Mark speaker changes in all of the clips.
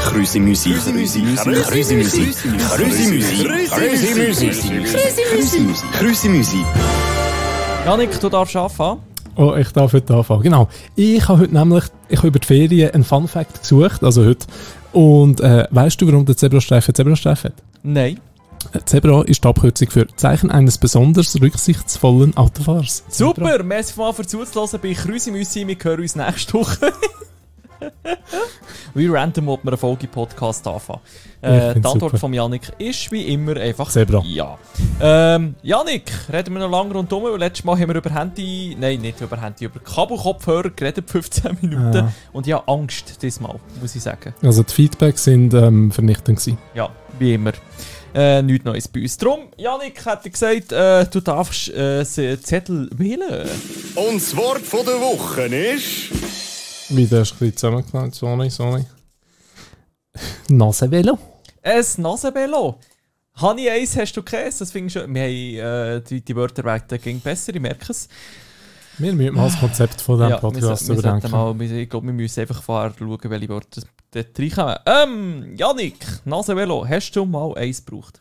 Speaker 1: Gruzi muziek. Gruzi muziek. Gruzi muziek. Gruzi muziek. Gruzi muziek. Gruzi muziek. Gruzi muziek.
Speaker 2: Janik, du darfst anfangen.
Speaker 3: Oh, ich darf heute anfangen. Genau. Ich habe heute nämlich, ich habe über die Ferien einen Fun Fact gesucht, also heute. Und äh, weißt du, warum der Zebrastreifen Zebrastreifen hat? Äh,
Speaker 2: Nein.
Speaker 3: Zebra ist die Abkürzung für Zeichen eines besonders rücksichtsvollen Autofahrers. Zebra.
Speaker 2: Super, merci mal für zuzulassen bei Krüsi Müsi. Wir hören uns nächste Woche. Wie random ob wir einen Folge-Podcast anfangen.
Speaker 3: Ich
Speaker 2: Äh,
Speaker 3: find's
Speaker 2: die Antwort
Speaker 3: super.
Speaker 2: von Janik ist wie immer einfach
Speaker 3: Zebra.
Speaker 2: Ja. Ähm, Janik, reden wir noch lange rundum, weil letztes Mal haben wir über Handy, nein, nicht über Handy, über Kabelkopfhörer geredet, 15 Minuten.
Speaker 3: Ja.
Speaker 2: Und ich habe Angst diesmal, muss ich sagen.
Speaker 3: Also die Feedbacks sind ähm, vernichtend gewesen.
Speaker 2: Ja, wie immer. Äh, nichts Neues bei uns. Drum, Janik hat gesagt, äh, du darfst äh, se- Zettel wählen.
Speaker 1: Und das Wort von der Woche ist...
Speaker 3: Wie der ist ein bisschen zusammengeknallt, sorry, sorry. Nasenvelo.
Speaker 2: Ein Nasenbello. Habe ich eins, hast du keins? Das finde ich schon. Wir haben äh, die, die Wörter werden ging besser, ich merke es.
Speaker 3: Wir müssen mal das Konzept von diesem
Speaker 2: Ja, wir
Speaker 3: Podcast
Speaker 2: sollten- wir sollten
Speaker 3: überdenken.
Speaker 2: mal, wir- ich glaube, wir müssen einfach vorher schauen, welche Wörter dort reinkommen. Ähm, Janik, Nasenbello, hast du mal eins gebraucht?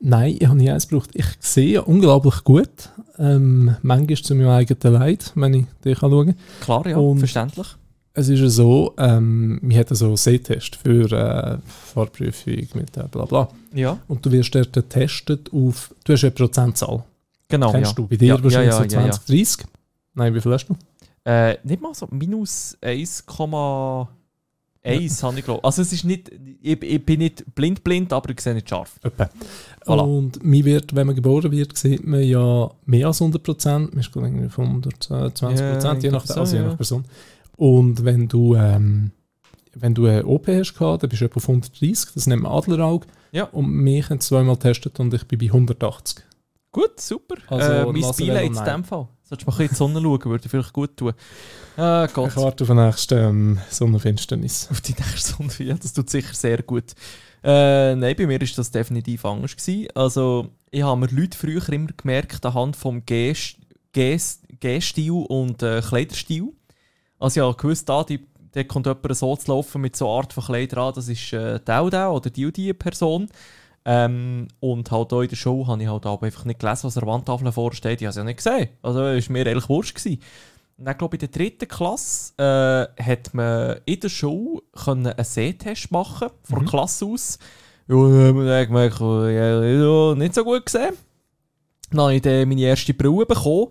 Speaker 3: Nein, ich habe nie eins gebraucht. Ich sehe ja unglaublich gut. Ähm, manchmal zu meinem eigenen Leid, wenn ich dich anschaue.
Speaker 2: Klar, ja,
Speaker 3: Und-
Speaker 2: verständlich.
Speaker 3: Es ist ja so, ähm, wir hatten so Sehtest für äh, Fahrprüfung mit äh, bla bla.
Speaker 2: Ja,
Speaker 3: Und du wirst dort getestet auf, du hast eine Prozentzahl.
Speaker 2: genau.
Speaker 3: Kennst
Speaker 2: ja.
Speaker 3: du bei dir
Speaker 2: Ja, ja,
Speaker 3: wahrscheinlich
Speaker 2: ja,
Speaker 3: so
Speaker 2: ja,
Speaker 3: 20, 30? Nein, wie viel hast du?
Speaker 2: Äh, nicht mal so, minus 1,1 habe ich glaube. Also es ist nicht, ich, ich bin nicht blind blind, aber ich sehe nicht scharf.
Speaker 3: Etwa.
Speaker 2: Voilà.
Speaker 3: Und mir wird, wenn man geboren wird, sieht man ja mehr als 100 Prozent. Man ist glaube ich irgendwie von 120
Speaker 2: Ja,
Speaker 3: Prozent, je,
Speaker 2: irgendwie
Speaker 3: nach,
Speaker 2: so,
Speaker 3: also je
Speaker 2: ja.
Speaker 3: nach Person. Und wenn du, ähm, wenn du eine OP hast, gehabt, dann bist du etwa auf 130, das nennt man Adlerauge.
Speaker 2: Ja.
Speaker 3: Und mich haben sie zweimal getestet und ich bin bei 180.
Speaker 2: Gut, super.
Speaker 3: Also,
Speaker 2: äh, mein
Speaker 3: lassen
Speaker 2: Spiel
Speaker 3: wir
Speaker 2: in
Speaker 3: noch
Speaker 2: dem
Speaker 3: nein.
Speaker 2: Fall. Solltest du mal ein bisschen in die Sonne schauen, würde vielleicht gut tun. Äh, Gott,
Speaker 3: Ich warte auf den nächsten ähm, Sonnenfinsternis.
Speaker 2: auf die nächste Sonne. Ja, das tut sicher sehr gut. Äh, nein, bei mir ist das definitiv anders gewesen. Also ich habe mir Leute früher immer gemerkt anhand vom Gest- Gest- Gehstil und äh, Kleiderstil. Also ja, gewusst, da, die, da kommt jemand so zu laufen mit so einer Art von Kleider an, das ist äh, der und der oder die und die Person. Ähm, und halt auch in der Show habe ich halt aber einfach nicht gelesen, was an der Wandtafel vorsteht. Ich habe es ja nicht gesehen. Also es war mir ehrlich wurscht. Gewesen. Und Dann glaube ich, in der dritten Klasse äh, hat man in der Show können einen Sehtest machen
Speaker 3: Mhm.
Speaker 2: von der Klasse aus. Ja, Und dann habe ich gemerkt, oh, ja, nicht so gut gesehen. Dann habe ich dann meine erste Brille bekommen.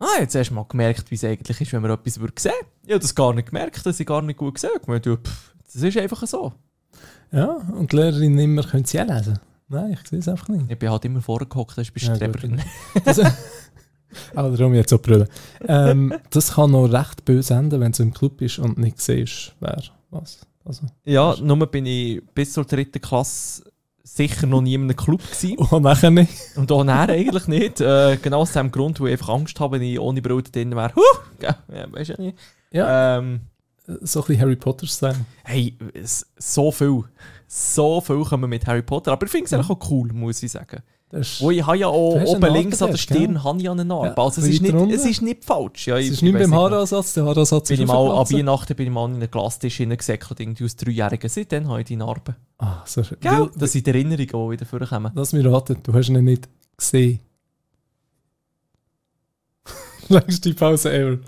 Speaker 2: Ah, jetzt hast du mal gemerkt, wie es eigentlich ist, wenn man etwas würde sehen würde. Ich habe das gar nicht gemerkt, dass ich gar nicht gut gesehen habe. Ich habe. gemeint, ja, pff, Das ist einfach so.
Speaker 3: Ja, und die Lehrerin immer können sie auch lesen. Nein, ich sehe es einfach nicht.
Speaker 2: Ich bin halt immer vorgehockt, das bist du
Speaker 3: Ja,
Speaker 2: ja,
Speaker 3: gut. Aber darum jetzt auch brüllen. Ähm, das kann noch recht böse enden, wenn du im Club bist und nicht siehst, wer was. Also.
Speaker 2: Ja, nur bin ich bis zur dritten Klasse sicher noch nie in einem Club gewesen.
Speaker 3: Und Oh, nachher nicht.
Speaker 2: Und auch näher eigentlich nicht. Äh, genau aus dem Grund, wo ich einfach Angst habe, wenn ich ohne Brille drin wäre. Huh! Ja, weißt du nicht.
Speaker 3: Ja.
Speaker 2: Ähm,
Speaker 3: So ein bisschen Harry Potter sein.
Speaker 2: hey, es- so viel. So viel kommen mit Harry Potter. Aber ich finde es eigentlich auch cool, muss ich sagen.
Speaker 3: Das ist,
Speaker 2: Wo ich habe ja auch
Speaker 3: Du hast
Speaker 2: oben
Speaker 3: eine
Speaker 2: links an der
Speaker 3: Narbe, gell?
Speaker 2: Stirn habe ich ja eine Narbe.
Speaker 3: Ja,
Speaker 2: also es ist,
Speaker 3: weiter
Speaker 2: nicht,
Speaker 3: unten.
Speaker 2: es ist nicht falsch. Ja,
Speaker 3: das
Speaker 2: ich-
Speaker 3: ist
Speaker 2: ich
Speaker 3: nicht
Speaker 2: weiss
Speaker 3: beim
Speaker 2: noch.
Speaker 3: Haaransatz, der Haaransatz
Speaker 2: Bin ich
Speaker 3: ist
Speaker 2: mal an
Speaker 3: aufgeplatzt.
Speaker 2: Weihnachten bin ich mal in einen Glastisch hineingesäckelt, irgendwie aus dreijährigen Seitdem habe ich die Narbe.
Speaker 3: Ah, so schön.
Speaker 2: Gell?
Speaker 3: Weil-
Speaker 2: Das sind die Erinnerungen, die wieder vorkommen.
Speaker 3: Lass mich raten, du hast ihn nicht gesehen. Längste Pause ever.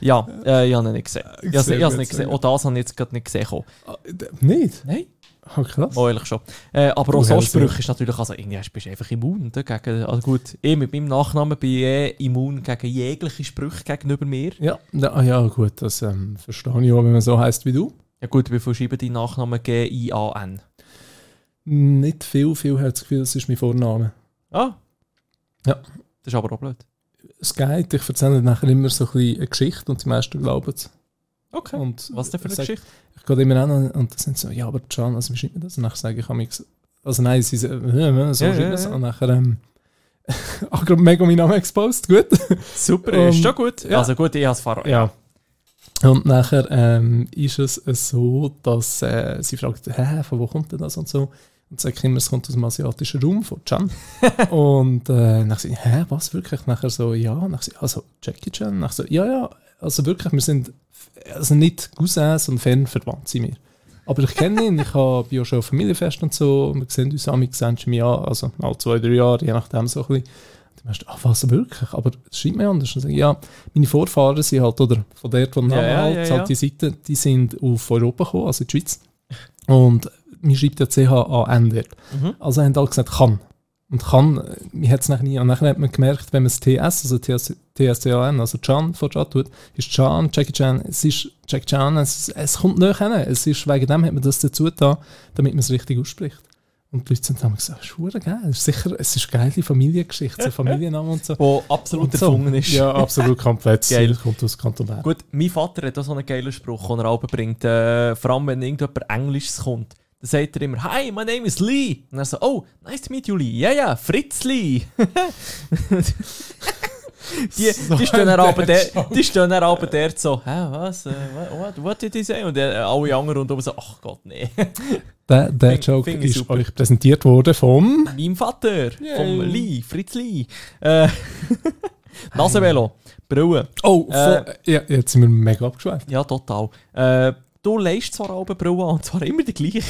Speaker 2: Ja, äh, ich habe ihn nicht gesehen. Ich habe
Speaker 3: Sehr
Speaker 2: ich habe es
Speaker 3: gut,
Speaker 2: nicht
Speaker 3: sehr
Speaker 2: gesehen.
Speaker 3: gut.
Speaker 2: Auch das habe ich jetzt gerade nicht gesehen. kommen.
Speaker 3: Ah, d- Nicht?
Speaker 2: Nein?
Speaker 3: Ah, krass.
Speaker 2: Oh, ehrlich schon. Äh, aber
Speaker 3: Du
Speaker 2: auch so
Speaker 3: Hellseher.
Speaker 2: Sprüche ist natürlich, also irgendwie hast- bist du einfach immun dagegen. Also gut, ich mit meinem Nachnamen bin eh immun gegen jegliche Sprüche gegenüber mir.
Speaker 3: Ja, na, ah, ja gut, das ähm, verstehe ich auch, wenn man so heißt wie du.
Speaker 2: Ja gut, wir verschreiben deinen Nachnamen G-I-A-N.
Speaker 3: Nicht viel, viel hat das Gefühl, das ist mein Vorname.
Speaker 2: Ah?
Speaker 3: Ja.
Speaker 2: Das ist aber auch blöd.
Speaker 3: Es geht, ich erzähle nachher immer so ein bisschen eine Geschichte und die meisten glauben es.
Speaker 2: Okay.
Speaker 3: Und
Speaker 2: Was denn für eine
Speaker 3: sag-
Speaker 2: Geschichte?
Speaker 3: Ich gehe immer an und dann sind sie so, ja, aber Can, also wie schreibt man das? Und nachher sage ich, ich also nein, sie sagen, äh, äh, so
Speaker 2: Ja,
Speaker 3: schreibt
Speaker 2: ja,
Speaker 3: man es.
Speaker 2: ja.
Speaker 3: Und nachher, ähm, auch gerade mega mein Name exposed, gut.
Speaker 2: Super,
Speaker 3: Ähm,
Speaker 2: ist schon gut.
Speaker 3: ja.
Speaker 2: Also gut, ich habe es Fahrer.
Speaker 3: Ja. Und nachher ähm, ist es so, dass äh, sie fragt, hä, von wo kommt denn das und so. Und sagt immer, es kommt aus dem asiatischen Raum, von Chan. und äh, nachher sie, hä, was wirklich? Nachher so, ja, nachher sie, also Jackie Chan. Nachher so, ja, ja, also wirklich, wir sind f- also nicht Cousins und fernverwandt sind wir. Aber ich kenne ihn, ich habe ja schon Familienfest und so, und wir sehen uns am sehen sie mich an, also alle zwei, drei Jahre, je nachdem so ein bisschen. Und dann meinst du, ah, was wirklich? Aber es scheint mir anders. Und sagen, ja, meine Vorfahren sind halt, oder von dort, wo der Name
Speaker 2: Ja, ja,
Speaker 3: halt,
Speaker 2: ja,
Speaker 3: halt
Speaker 2: ja.
Speaker 3: die Seite, die sind auf Europa gekommen, also in die Schweiz. Und mir schreibt ja CHAN dort.
Speaker 2: Mhm.
Speaker 3: Also haben alle gesagt, kann. Und kann, äh, mir hat es nachher nie, und nachher hat man gemerkt, wenn man das TS, also TS TSCAN, also Chan vor Chat tut, ist Chan, Jackie Chan, es ist Jackie Chan, es, es kommt näher hin. Es ist, wegen dem hat man das dazu getan, damit man es richtig ausspricht. Und die Leute sind dann gesagt, das ist geil, es ist sicher, es ist eine geile Familiengeschichte, so Familienname und so.
Speaker 2: Wo absolut
Speaker 3: Und so.
Speaker 2: erfunden ist.
Speaker 3: Ja, absolut komplett.
Speaker 2: Geil.
Speaker 3: Das kommt aus Kanton Bern.
Speaker 2: Gut, mein Vater hat auch so einen geilen Spruch, den er runterbringt. Äh, vor allem, wenn irgendjemand Englisches kommt. Dann sagt er immer, «Hi, my name is Lee!» Und er so, «Oh, nice to meet you, Lee!» «Ja, ja, Fritz Lee!» Die, die stehen dann aber der, die stehen dann aber der so, «Hä, was? Äh, what, what, what did he say?» Und dann, äh, alle anderen rundherum so, «Ach Gott, nee!»
Speaker 3: Der, der
Speaker 2: Find-
Speaker 3: Joke
Speaker 2: find ich
Speaker 3: ist
Speaker 2: super.
Speaker 3: euch präsentiert worden vom...
Speaker 2: Mein Vater, vom
Speaker 3: Yay.
Speaker 2: Lee, Fritz Lee. Äh, Nasenvelo, Brille.
Speaker 3: Oh,
Speaker 2: Äh,
Speaker 3: von, ja, jetzt sind wir mega abgeschweift.
Speaker 2: Ja, total. Äh, du leist zwar alle Brille an, und zwar immer die gleiche.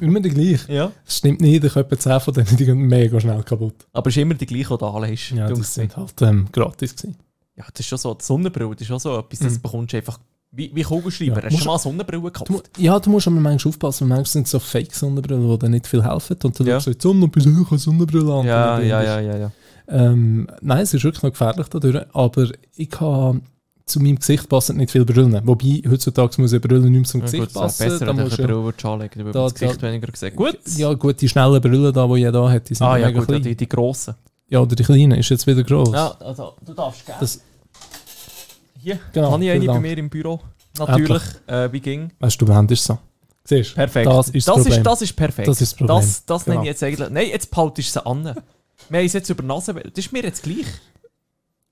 Speaker 3: Immer der gleiche.
Speaker 2: Ja.
Speaker 3: Es stimmt nicht, ich habe etwa 10 von denen, die gehen mega schnell kaputt.
Speaker 2: Aber es ist immer die gleiche, die du anlegst.
Speaker 3: Ja,
Speaker 2: Dunkel-
Speaker 3: das sind halt ähm, gratis gewesen.
Speaker 2: ja, das ist schon so. Die Sonnenbrille, das ist schon so etwas, das bekommst du einfach wie, wie Kugelschreiber.
Speaker 3: Ja,
Speaker 2: Hast du schon
Speaker 3: musst-
Speaker 2: mal eine Sonnenbrille gekauft?
Speaker 3: Du, mu- ja, du musst aber manchmal aufpassen, weil manchmal sind so Fake-Sonnenbrillen, die dir nicht viel helfen. Und dann
Speaker 2: Ja.
Speaker 3: ja. sagst du, jetzt um und bist du eine Sonnenbrille an.
Speaker 2: ja,
Speaker 3: Und dann
Speaker 2: ja,
Speaker 3: bist-
Speaker 2: ja, ja, ja.
Speaker 3: Ähm, nein, es ist wirklich noch gefährlich dadurch, aber ich kann zu meinem Gesicht passen nicht viel Brillen. Wobei, heutzutage muss ich Brillen nicht mehr zum
Speaker 2: ja
Speaker 3: Gesicht
Speaker 2: gut, es wäre
Speaker 3: passen.
Speaker 2: besser, wenn du
Speaker 3: musst
Speaker 2: eine Brille würdest anlegen würdest.
Speaker 3: Da-
Speaker 2: Das Gesicht
Speaker 3: da-
Speaker 2: weniger gesehen. Gut.
Speaker 3: Ja gut, die schnellen Brillen da, die jeder hat, die sind
Speaker 2: ah ja,
Speaker 3: mega
Speaker 2: gut, ja,
Speaker 3: klein.
Speaker 2: die, die grossen.
Speaker 3: Ja, oder die kleine ist jetzt wieder gross.
Speaker 2: Ja, also, du darfst gerne.
Speaker 3: Das-
Speaker 2: Hier,
Speaker 3: Genau,
Speaker 2: habe ich
Speaker 3: vielen
Speaker 2: eine bei
Speaker 3: Dank.
Speaker 2: mir im Büro. Natürlich, äh, wie ging.
Speaker 3: Weißt du, blendest so. Siehst du?
Speaker 2: Perfekt.
Speaker 3: Das ist das Problem.
Speaker 2: Ist, das ist perfekt.
Speaker 3: Das ist das Problem.
Speaker 2: Das, das nenne
Speaker 3: Genau.
Speaker 2: ich jetzt eigentlich. Nein, jetzt behaltest du sie an. Wir haben es jetzt über Nase. Das ist mir jetzt gleich.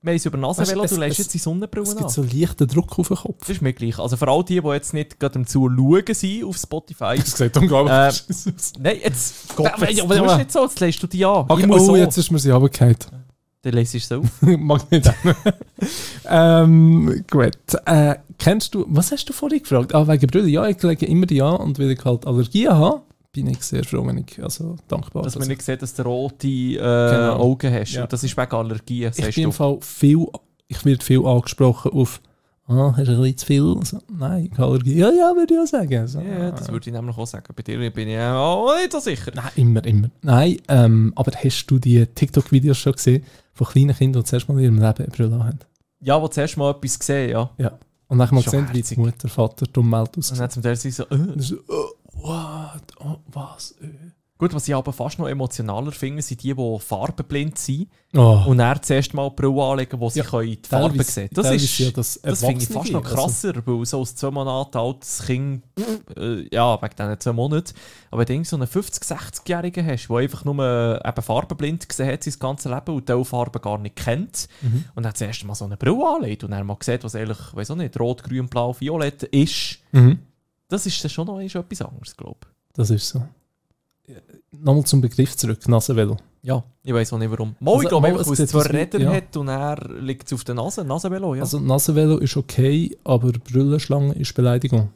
Speaker 2: Wir haben es über Nasenvelo,
Speaker 3: Weißt du,
Speaker 2: du
Speaker 3: es-
Speaker 2: lässt
Speaker 3: es-
Speaker 2: jetzt die Sonnenbrille
Speaker 3: es
Speaker 2: an.
Speaker 3: gibt so leichten Druck auf den Kopf.
Speaker 2: Das ist mir gleich. Also vor allem die, die jetzt nicht gerade am Zuschauen sind auf Spotify.
Speaker 3: Das sieht unglaublich
Speaker 2: Äh,
Speaker 3: scheiße aus.
Speaker 2: Nein, jetzt. Gott,
Speaker 3: aber-
Speaker 2: jetzt
Speaker 3: aber-
Speaker 2: tust du
Speaker 3: aber-
Speaker 2: nicht so, jetzt lässt du die an.
Speaker 3: Okay,
Speaker 2: ich muss
Speaker 3: oh,
Speaker 2: so.
Speaker 3: jetzt ist mir sie runtergefallen.
Speaker 2: Dann lässt du sie auf.
Speaker 3: Mag nicht an. ähm, gut. Äh, kennst du, was hast du vorhin gefragt? Ah, wegen Brille. Ja, ich lege immer die an und weil ich halt Allergien habe, bin ich sehr froh, wenn ich, also dankbar.
Speaker 2: Dass
Speaker 3: dass
Speaker 2: man
Speaker 3: ich
Speaker 2: nicht sieht, dass du rote äh,
Speaker 3: Genau.
Speaker 2: Augen hast.
Speaker 3: Ja.
Speaker 2: Und das ist wegen Allergien,
Speaker 3: ich
Speaker 2: sagst
Speaker 3: bin
Speaker 2: du.
Speaker 3: im Fall viel, ich werde viel angesprochen auf, ah, hast du ein bisschen zu viel? Also, nein, ich habe Allergie. Ja, ja, würde ich auch sagen. Also,
Speaker 2: Ja, das würde ich nämlich auch sagen. Bei dir bin ich auch nicht so sicher.
Speaker 3: Nein, immer, immer. Nein, ähm, aber hast du die TikTok-Videos schon gesehen von kleinen Kindern, die zuerst mal in ihrem Leben eine Brille haben?
Speaker 2: Ja, wo zuerst mal etwas gesehen, ja.
Speaker 3: Und dann mal
Speaker 2: Schon
Speaker 3: gesehen, wie die
Speaker 2: herzig.
Speaker 3: Mutter, Vater dumm meldet
Speaker 2: Und
Speaker 3: aussieht.
Speaker 2: dann zum Teil sind sie so, äh.
Speaker 3: Und ich so, oh, what? Oh, was?
Speaker 2: Gut, was ich aber fast noch emotionaler finde, sind die, die farbenblind sind
Speaker 3: Oh,
Speaker 2: und dann zuerst mal die Brille anlegen, wo sie
Speaker 3: Ja,
Speaker 2: können die Farbe sehen Das, ist,
Speaker 3: ja das,
Speaker 2: das finde ich fast noch
Speaker 3: Erwachsene, also,
Speaker 2: krasser, weil so als zwei Monate altes Kind, äh, ja, wegen diesen zwei Monaten, aber wenn du irgend so einen 50-, 60-Jährigen hast, der einfach nur äh, eben farbenblind gesehen hat sein ganzes Leben und diese Farben gar nicht kennt
Speaker 3: Mhm.
Speaker 2: und dann zuerst mal so eine Brille anlegt und dann mal sieht, was eigentlich, weiß auch nicht, rot, grün, blau, violett ist,
Speaker 3: mhm,
Speaker 2: das ist dann schon noch ist etwas anderes, glaube ich.
Speaker 3: das ist so. Ja, Nochmal zum Begriff zurück, Nasenvelo.
Speaker 2: Ja, ich weiß auch nicht warum. Mal, ich
Speaker 3: Also,
Speaker 2: glaube,
Speaker 3: mal,
Speaker 2: einfach,
Speaker 3: es
Speaker 2: weil es
Speaker 3: sieht
Speaker 2: zwei
Speaker 3: aus wie-
Speaker 2: Räder
Speaker 3: ja.
Speaker 2: hat und er liegt es auf der Nase. Nasenvelo, ja.
Speaker 3: Also Nasenvelo ist okay, aber Brüllenschlange ist Beleidigung.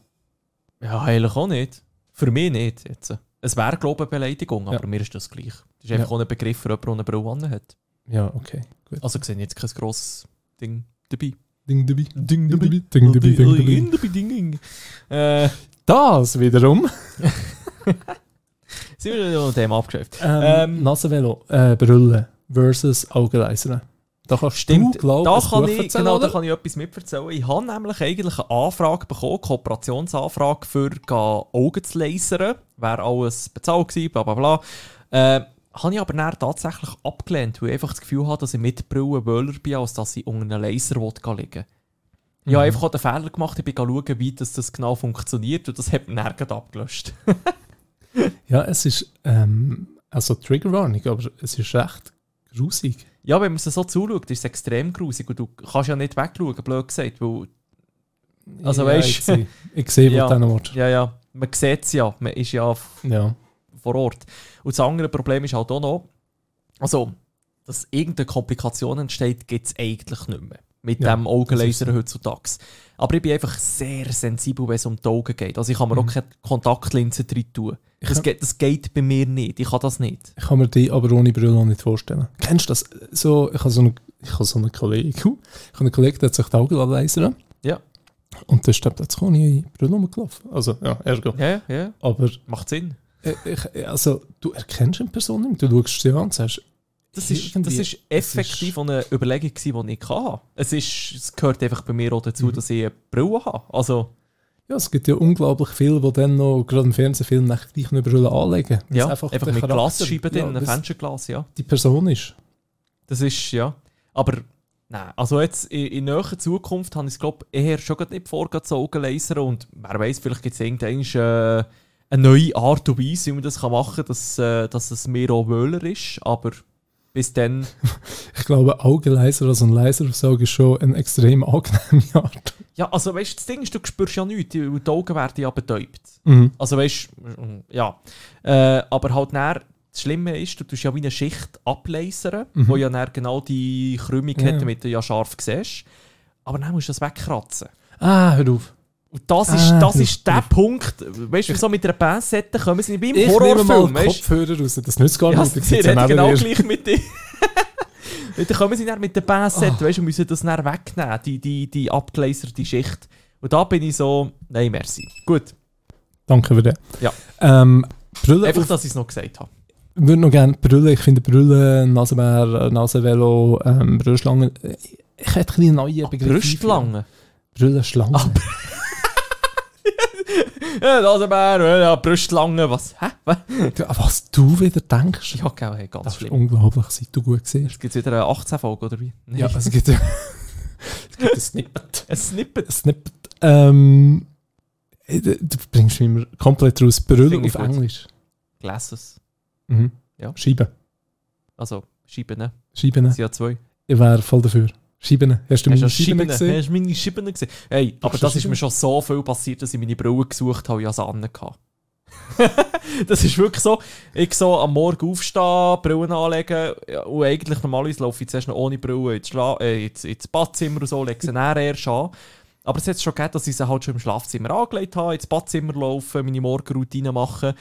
Speaker 2: ja, eigentlich auch nicht. Für mich nicht. Jetzt. Es wäre, glaube ich, eine Beleidigung, aber
Speaker 3: Ja.
Speaker 2: mir ist das gleich. Das ist einfach
Speaker 3: Ja.
Speaker 2: auch ein Begriff für jemanden, der eine Brille an hat.
Speaker 3: Ja, okay, gut.
Speaker 2: Also, ich sehe jetzt kein grosses Ding dabei.
Speaker 3: Ding dabei,
Speaker 2: Ding
Speaker 3: dabei, ding dabei, ding dabei.
Speaker 2: Ding dabei, ding. Äh,
Speaker 3: Das wiederum
Speaker 2: sind wir noch dem abgeschäft.
Speaker 3: Ähm,
Speaker 2: Ähm,
Speaker 3: Nasenvelo, äh, Brille versus Augenleisern. Da kannst du, glaub,
Speaker 2: da
Speaker 3: ein
Speaker 2: kann,
Speaker 3: Buch
Speaker 2: ich,
Speaker 3: erzählen,
Speaker 2: genau, da
Speaker 3: oder?
Speaker 2: kann ich etwas mitverzählen. Ich habe nämlich eigentlich eine Anfrage bekommen, Kooperationsanfrage für gehen Augen zu lasern. Wäre alles bezahlt gewesen, bla bla bla. Äh, habe ich aber dann tatsächlich abgelehnt, weil ich einfach das Gefühl habe, dass ich mit Brille wöhler bin, als dass ich unter einem Laser will gehen liegen Ich habe einfach auch den Fehler gemacht, ich bin schauen, wie das, das genau funktioniert und das hat mich nirgends abgelöscht.
Speaker 3: Ja, es ist, ähm, also Triggerwarnung, aber es ist recht grusig.
Speaker 2: ja, wenn man es so zuschaut, ist es extrem grusig und du kannst ja nicht wegschauen, blöd gesagt, weil Also,
Speaker 3: ja,
Speaker 2: weisst-
Speaker 3: ich sehe, ich sehe
Speaker 2: Ja.
Speaker 3: ja. deinen Wort.
Speaker 2: ja, ja, man sieht es ja, man ist ja
Speaker 3: Ja.
Speaker 2: vor Ort. Und das andere Problem ist halt auch noch, also, dass irgendeine Komplikation entsteht, gibt es eigentlich nicht mehr. mit
Speaker 3: Ja,
Speaker 2: dem
Speaker 3: das
Speaker 2: Augenlaser heutzutage. Aber ich bin einfach sehr sensibel, wenn es um die Augen geht. Also ich kann mir auch keine Kontaktlinsen drin tun.
Speaker 3: Mhm. Ich
Speaker 2: Das
Speaker 3: kann-
Speaker 2: geht, das geht bei mir nicht. Ich kann das nicht.
Speaker 3: Ich kann mir die aber ohne Brille auch nicht vorstellen. Kennst du das? So, ich habe so einen, ich habe so einen Kollegen, ich habe einen Kollegen, der hat sich die Augen lasern
Speaker 2: Ja.
Speaker 3: Und der ist der plötzlich ohne Brille rumgelaufen. Also, ja, ergo.
Speaker 2: Ja, ja.
Speaker 3: Aber,
Speaker 2: Macht Sinn.
Speaker 3: äh, ich, also, du erkennst eine Person nicht, du schaust sie an und sagst,
Speaker 2: Das ist, das
Speaker 3: Irgendwie-
Speaker 2: ist
Speaker 3: es ist-
Speaker 2: effektiv eine Überlegung, gewesen, die ich hatte. Es, ist, es gehört einfach bei mir auch dazu,
Speaker 3: Mhm.
Speaker 2: dass ich eine Brille habe. Also,
Speaker 3: ja, es gibt ja unglaublich viele, die dann noch, gerade im Fernsehfilm, nach gleich eine Brille anlegen. Weil
Speaker 2: ja,
Speaker 3: es
Speaker 2: einfach,
Speaker 3: der
Speaker 2: mit
Speaker 3: Charakter-
Speaker 2: Glasscheiben drin,
Speaker 3: ja,
Speaker 2: ein
Speaker 3: weil's
Speaker 2: Fensterglas, ja.
Speaker 3: die Person ist.
Speaker 2: Das ist, ja. Aber, nein, also jetzt in, in näher Zukunft habe ich es, glaube ich, eher schon grad nicht vor, grad so Augenlaser und wer weiß, vielleicht gibt es irgendwann äh, eine neue Art und Weise, wie man das kann machen kann, dass, äh, dass es mir auch wöhler ist, aber bis dann...
Speaker 3: Ich glaube, Augenleiser als ein Leiser auf das Auge ist schon eine extrem angenehme Art.
Speaker 2: Ja, also weißt du, das Ding ist, du spürst ja nichts, weil die Augen werden ja betäubt.
Speaker 3: Mhm.
Speaker 2: Also weißt du, ja. Äh, aber halt näher, das Schlimme ist, du tust ja wie eine Schicht ablasern,
Speaker 3: Mhm.
Speaker 2: wo ja näher genau die Krümmung
Speaker 3: Ja,
Speaker 2: hat,
Speaker 3: ja.
Speaker 2: damit du ja scharf siehst. Aber dann musst du das wegkratzen.
Speaker 3: Ah, hör auf.
Speaker 2: Und das ist,
Speaker 3: Ah,
Speaker 2: das
Speaker 3: das
Speaker 2: ist der Punkt. Weißt du, so mit einer Pinzette kommen sie nicht beim
Speaker 3: Ich nehme mal
Speaker 2: Horrorfilm.
Speaker 3: die
Speaker 2: Weißt
Speaker 3: Kopfhörer raus, das nützt gar
Speaker 2: du, ja,
Speaker 3: nichts.
Speaker 2: sie
Speaker 3: ich sitze
Speaker 2: reden
Speaker 3: neben
Speaker 2: genau
Speaker 3: dir.
Speaker 2: gleich mit dir. Und dann kommen sie dann mit der Pinzette,
Speaker 3: Ah.
Speaker 2: weißt du, und müssen das dann wegnehmen, die, die, die abgelaserte Schicht. Und da bin ich so, nein, merci. Gut,
Speaker 3: Danke für den.
Speaker 2: Ja.
Speaker 3: Ähm, Brille,
Speaker 2: einfach,
Speaker 3: ich
Speaker 2: dass ich es noch gesagt habe.
Speaker 3: würde noch gerne Brille, ich finde Brille, Nasenbär, Nasenvelo, ähm, Brüstschlangen. Ich hätte ein bisschen neue Begriffe.
Speaker 2: Brüstlangen.
Speaker 3: Brüllenschlangen.
Speaker 2: Ah, Ja, das ist ein ja, Brustlange, was? Hä? Was?
Speaker 3: Du- an was du wieder denkst,
Speaker 2: Ja, genau, hey, ganz
Speaker 3: das ist
Speaker 2: schlimm.
Speaker 3: unglaublich, seit du gut siehst.
Speaker 2: Es gibt wieder eine 18-Folge, oder wie? Nein.
Speaker 3: Ja, es gibt ja es gibt ein Snippet.
Speaker 2: Ein Snippet.
Speaker 3: Ein Snippet. Ähm, äh, du du bringst mich immer komplett raus. Brille
Speaker 2: Finde ich
Speaker 3: auf
Speaker 2: gut.
Speaker 3: Englisch.
Speaker 2: Glasses.
Speaker 3: Mhm.
Speaker 2: Ja.
Speaker 3: Scheiben.
Speaker 2: Also, Scheiben, ne?
Speaker 3: Scheiben.
Speaker 2: Das sind ja zwei.
Speaker 3: Ich wäre voll dafür. Scheiben. Hast du
Speaker 2: Hast
Speaker 3: meine
Speaker 2: du
Speaker 3: Scheiben
Speaker 2: Scheiben Hast
Speaker 3: gesehen?
Speaker 2: du meine Scheiben gesehen? Hey, aber
Speaker 3: Hast du
Speaker 2: das ist
Speaker 3: Scheiben?
Speaker 2: mir schon so viel passiert, dass ich meine Brille gesucht habe und ich sie an hatte. das ist wirklich so. Ich so am Morgen aufstehen, Brillen anlegen ja, und eigentlich normalerweise laufe ich zuerst noch ohne Brille ins, Schla äh, ins, ins Badzimmer und so, lege sie dann erst an. Aber es hat schon gegeben, dass ich sie halt schon im Schlafzimmer angelegt habe, ins Badzimmer laufen, meine Morgenroutine machen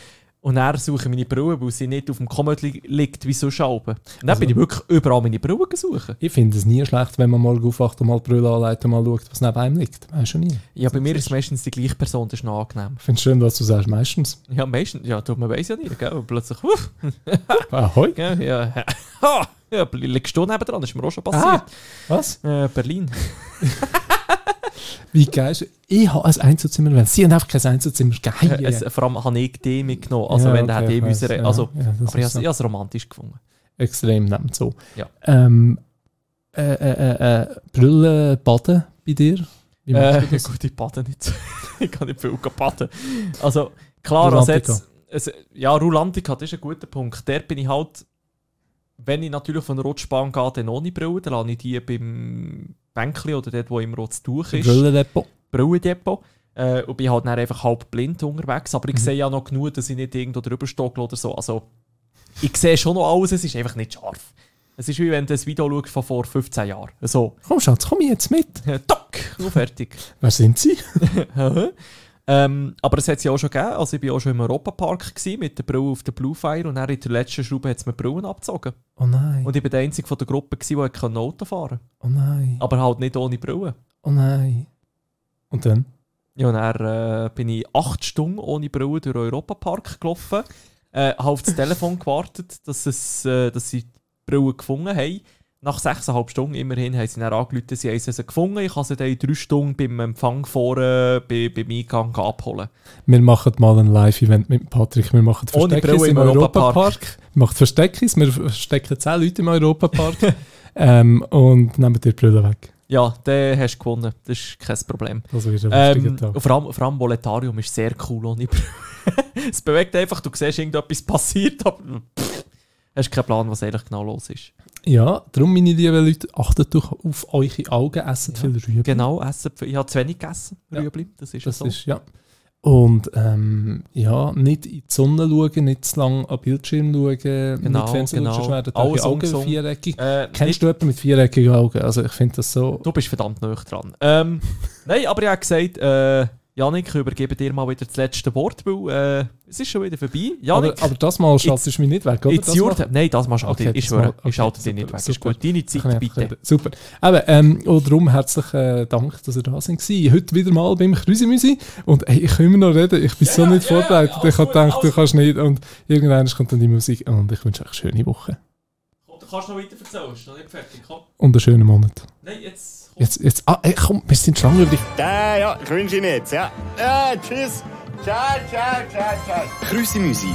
Speaker 2: und dann suche ich meine Brille, weil sie nicht auf dem Kommodli liegt wie so Schalben. Und dann
Speaker 3: Also-
Speaker 2: bin ich wirklich überall meine Brille gesucht.
Speaker 3: Ich finde es nie schlecht, wenn man morgen aufwacht und mal die Brille anlegt und mal schaut, was neben einem liegt. Weißt du nie.
Speaker 2: Ja, bei mir ist es meistens die gleiche Person, das ist noch angenehm.
Speaker 3: Ich finde es schön, was du sagst. Meistens.
Speaker 2: Ja, meistens, ja, tut man weiß ja nicht, gell? Und plötzlich, uff,
Speaker 3: Ahoi.
Speaker 2: gell? Ja, ha, ja, liegst du neben dran, das ist mir auch schon
Speaker 3: Ah,
Speaker 2: passiert.
Speaker 3: was?
Speaker 2: Äh, Berlin.
Speaker 3: Wie geil ist Ich habe ein Einzelzimmer, wenn sie haben einfach kein Einzelzimmer. Geil.
Speaker 2: Äh, es, vor allem habe ich die mitgenommen, also
Speaker 3: Ja,
Speaker 2: wenn der
Speaker 3: okay,
Speaker 2: hätte ich
Speaker 3: ich weiss.
Speaker 2: müssen,
Speaker 3: Ja,
Speaker 2: also,
Speaker 3: ja, das
Speaker 2: aber ich
Speaker 3: ist
Speaker 2: habe es romantisch gefunden.
Speaker 3: extrem nimmt so.
Speaker 2: Ja.
Speaker 3: Ähm, äh, äh, äh, äh, Brille baden bei dir? Wie machst
Speaker 2: Äh,
Speaker 3: du das?
Speaker 2: gut, ich bade nicht. ich kann nicht viel baden. Also, klar, also
Speaker 3: Rulantica.
Speaker 2: jetzt, es, ja, Rulantica, das ist ein guter Punkt. Der bin ich halt, wenn ich natürlich von der Rutschbahn gehe, dann ohne Brille, dann lasse ich die beim Bänkli oder dort, wo im rotes Tuch ist.
Speaker 3: Brillendepot.
Speaker 2: Brillendepot. Äh, und bin halt dann einfach halb blind unterwegs. Aber ich sehe ja noch genug, dass ich nicht irgendwo drüber stockle oder so. Also, ich sehe schon noch alles, es ist einfach nicht scharf. Es ist wie wenn du ein Video schaust von vor 15 Jahren. So,
Speaker 3: Komm Schatz, komm jetzt mit.
Speaker 2: tock, und fertig.
Speaker 3: Wer sind sie?
Speaker 2: Aha. ähm, aber es hat es ja auch schon gegeben. Also, ich war auch schon im Europapark gewesen, mit der Brille auf der Blue Fire und dann in der letzten Schraube hat es mir die Brillen abgezogen.
Speaker 3: Oh nein,
Speaker 2: Und ich war der Einzige von der Gruppe, gewesen, der konnte Auto fahren konnte.
Speaker 3: oh nein,
Speaker 2: Aber halt nicht ohne Brille.
Speaker 3: oh nein. Und dann?
Speaker 2: Ja, und dann äh, bin ich acht Stunden ohne Brille durch den Europapark gelaufen. Äh, habe auf das Telefon gewartet, dass, es, äh, dass sie die Brille gefunden haben. Nach sechseinhalb Stunden immerhin haben sie dann angerufen, sie haben sie gefunden. Ich kann sie dann in drei Stunden beim Empfang vorne bei, beim Eingang abholen.
Speaker 3: Wir machen mal ein Live-Event mit Patrick. Wir machen
Speaker 2: Ohne
Speaker 3: Versteckis
Speaker 2: Brille
Speaker 3: im
Speaker 2: im
Speaker 3: Europapark.
Speaker 2: Europapark.
Speaker 3: Wir machen Versteckis. Wir verstecken 10 Leute im Europapark ähm, und nehmen dir die Brille weg.
Speaker 2: Ja, dann hast du gewonnen. Das ist kein Problem.
Speaker 3: Das wird ein lustiger
Speaker 2: Ähm,
Speaker 3: Tag.
Speaker 2: und vor, allem, vor allem Boletarium ist sehr cool ohne Brille. es bewegt einfach, du siehst, irgendetwas passiert, aber pff, hast keinen Plan, was eigentlich genau los ist.
Speaker 3: Ja, darum, meine lieben Leute, achtet doch auf eure Augen, esset
Speaker 2: Ja.
Speaker 3: viel Rüben.
Speaker 2: Genau, essen. Ich habe zu wenig gegessen,
Speaker 3: Ja.
Speaker 2: Rüebli. Das ist ja
Speaker 3: Das
Speaker 2: so.
Speaker 3: ist, ja. Und ähm, ja, nicht in die Sonne schauen, nicht zu lange an den Bildschirm schauen,
Speaker 2: Genau,
Speaker 3: nicht Fernsehen
Speaker 2: genau.
Speaker 3: schauen, sonst werden
Speaker 2: Alles
Speaker 3: die Augen
Speaker 2: ungesund.
Speaker 3: viereckig.
Speaker 2: Äh,
Speaker 3: Kennst du jemanden mit viereckigen Augen? Also ich finde das so...
Speaker 2: Du bist verdammt nah dran. Ähm, nein, aber ich habe gesagt, äh, Janik, ich übergebe dir mal wieder das letzte Wort, weil äh, es ist schon wieder vorbei.
Speaker 3: Aber,
Speaker 2: Janik,
Speaker 3: aber das mal schaltest du mich nicht weg, oder?
Speaker 2: it's
Speaker 3: Das
Speaker 2: your
Speaker 3: mal-
Speaker 2: time. Nein, das machst du
Speaker 3: Okay,
Speaker 2: nicht. Ich
Speaker 3: das
Speaker 2: schwöre,
Speaker 3: mal- okay,
Speaker 2: ich schalte dich
Speaker 3: super,
Speaker 2: nicht weg. Ist
Speaker 3: super.
Speaker 2: gut, deine
Speaker 3: Ach, ja,
Speaker 2: Zeit, bitte.
Speaker 3: okay, Super. Eben, ähm, und darum herzlichen äh, Dank, dass ihr da sind. gewesen. Heute wieder mal beim Krüsimüsi. Und ey, ich kann immer noch reden, ich bin so nicht vorbereitet. ich habe gedacht, du kannst nicht. Und irgendwann kommt dann die Musik. Und ich wünsche euch eine schöne Woche
Speaker 2: Du kannst noch weiter erzählen, ist noch nicht fertig. Komm,
Speaker 3: und einen schönen Monat.
Speaker 2: nein, jetzt
Speaker 3: Jetzt, jetzt, ah, ey, komm, wir sind schon lange über dich.
Speaker 1: Ja, ja, ich wünsche Ihnen jetzt, ja. Ja, tschüss. Ciao, ciao, ciao, ciao. Grüße Musik.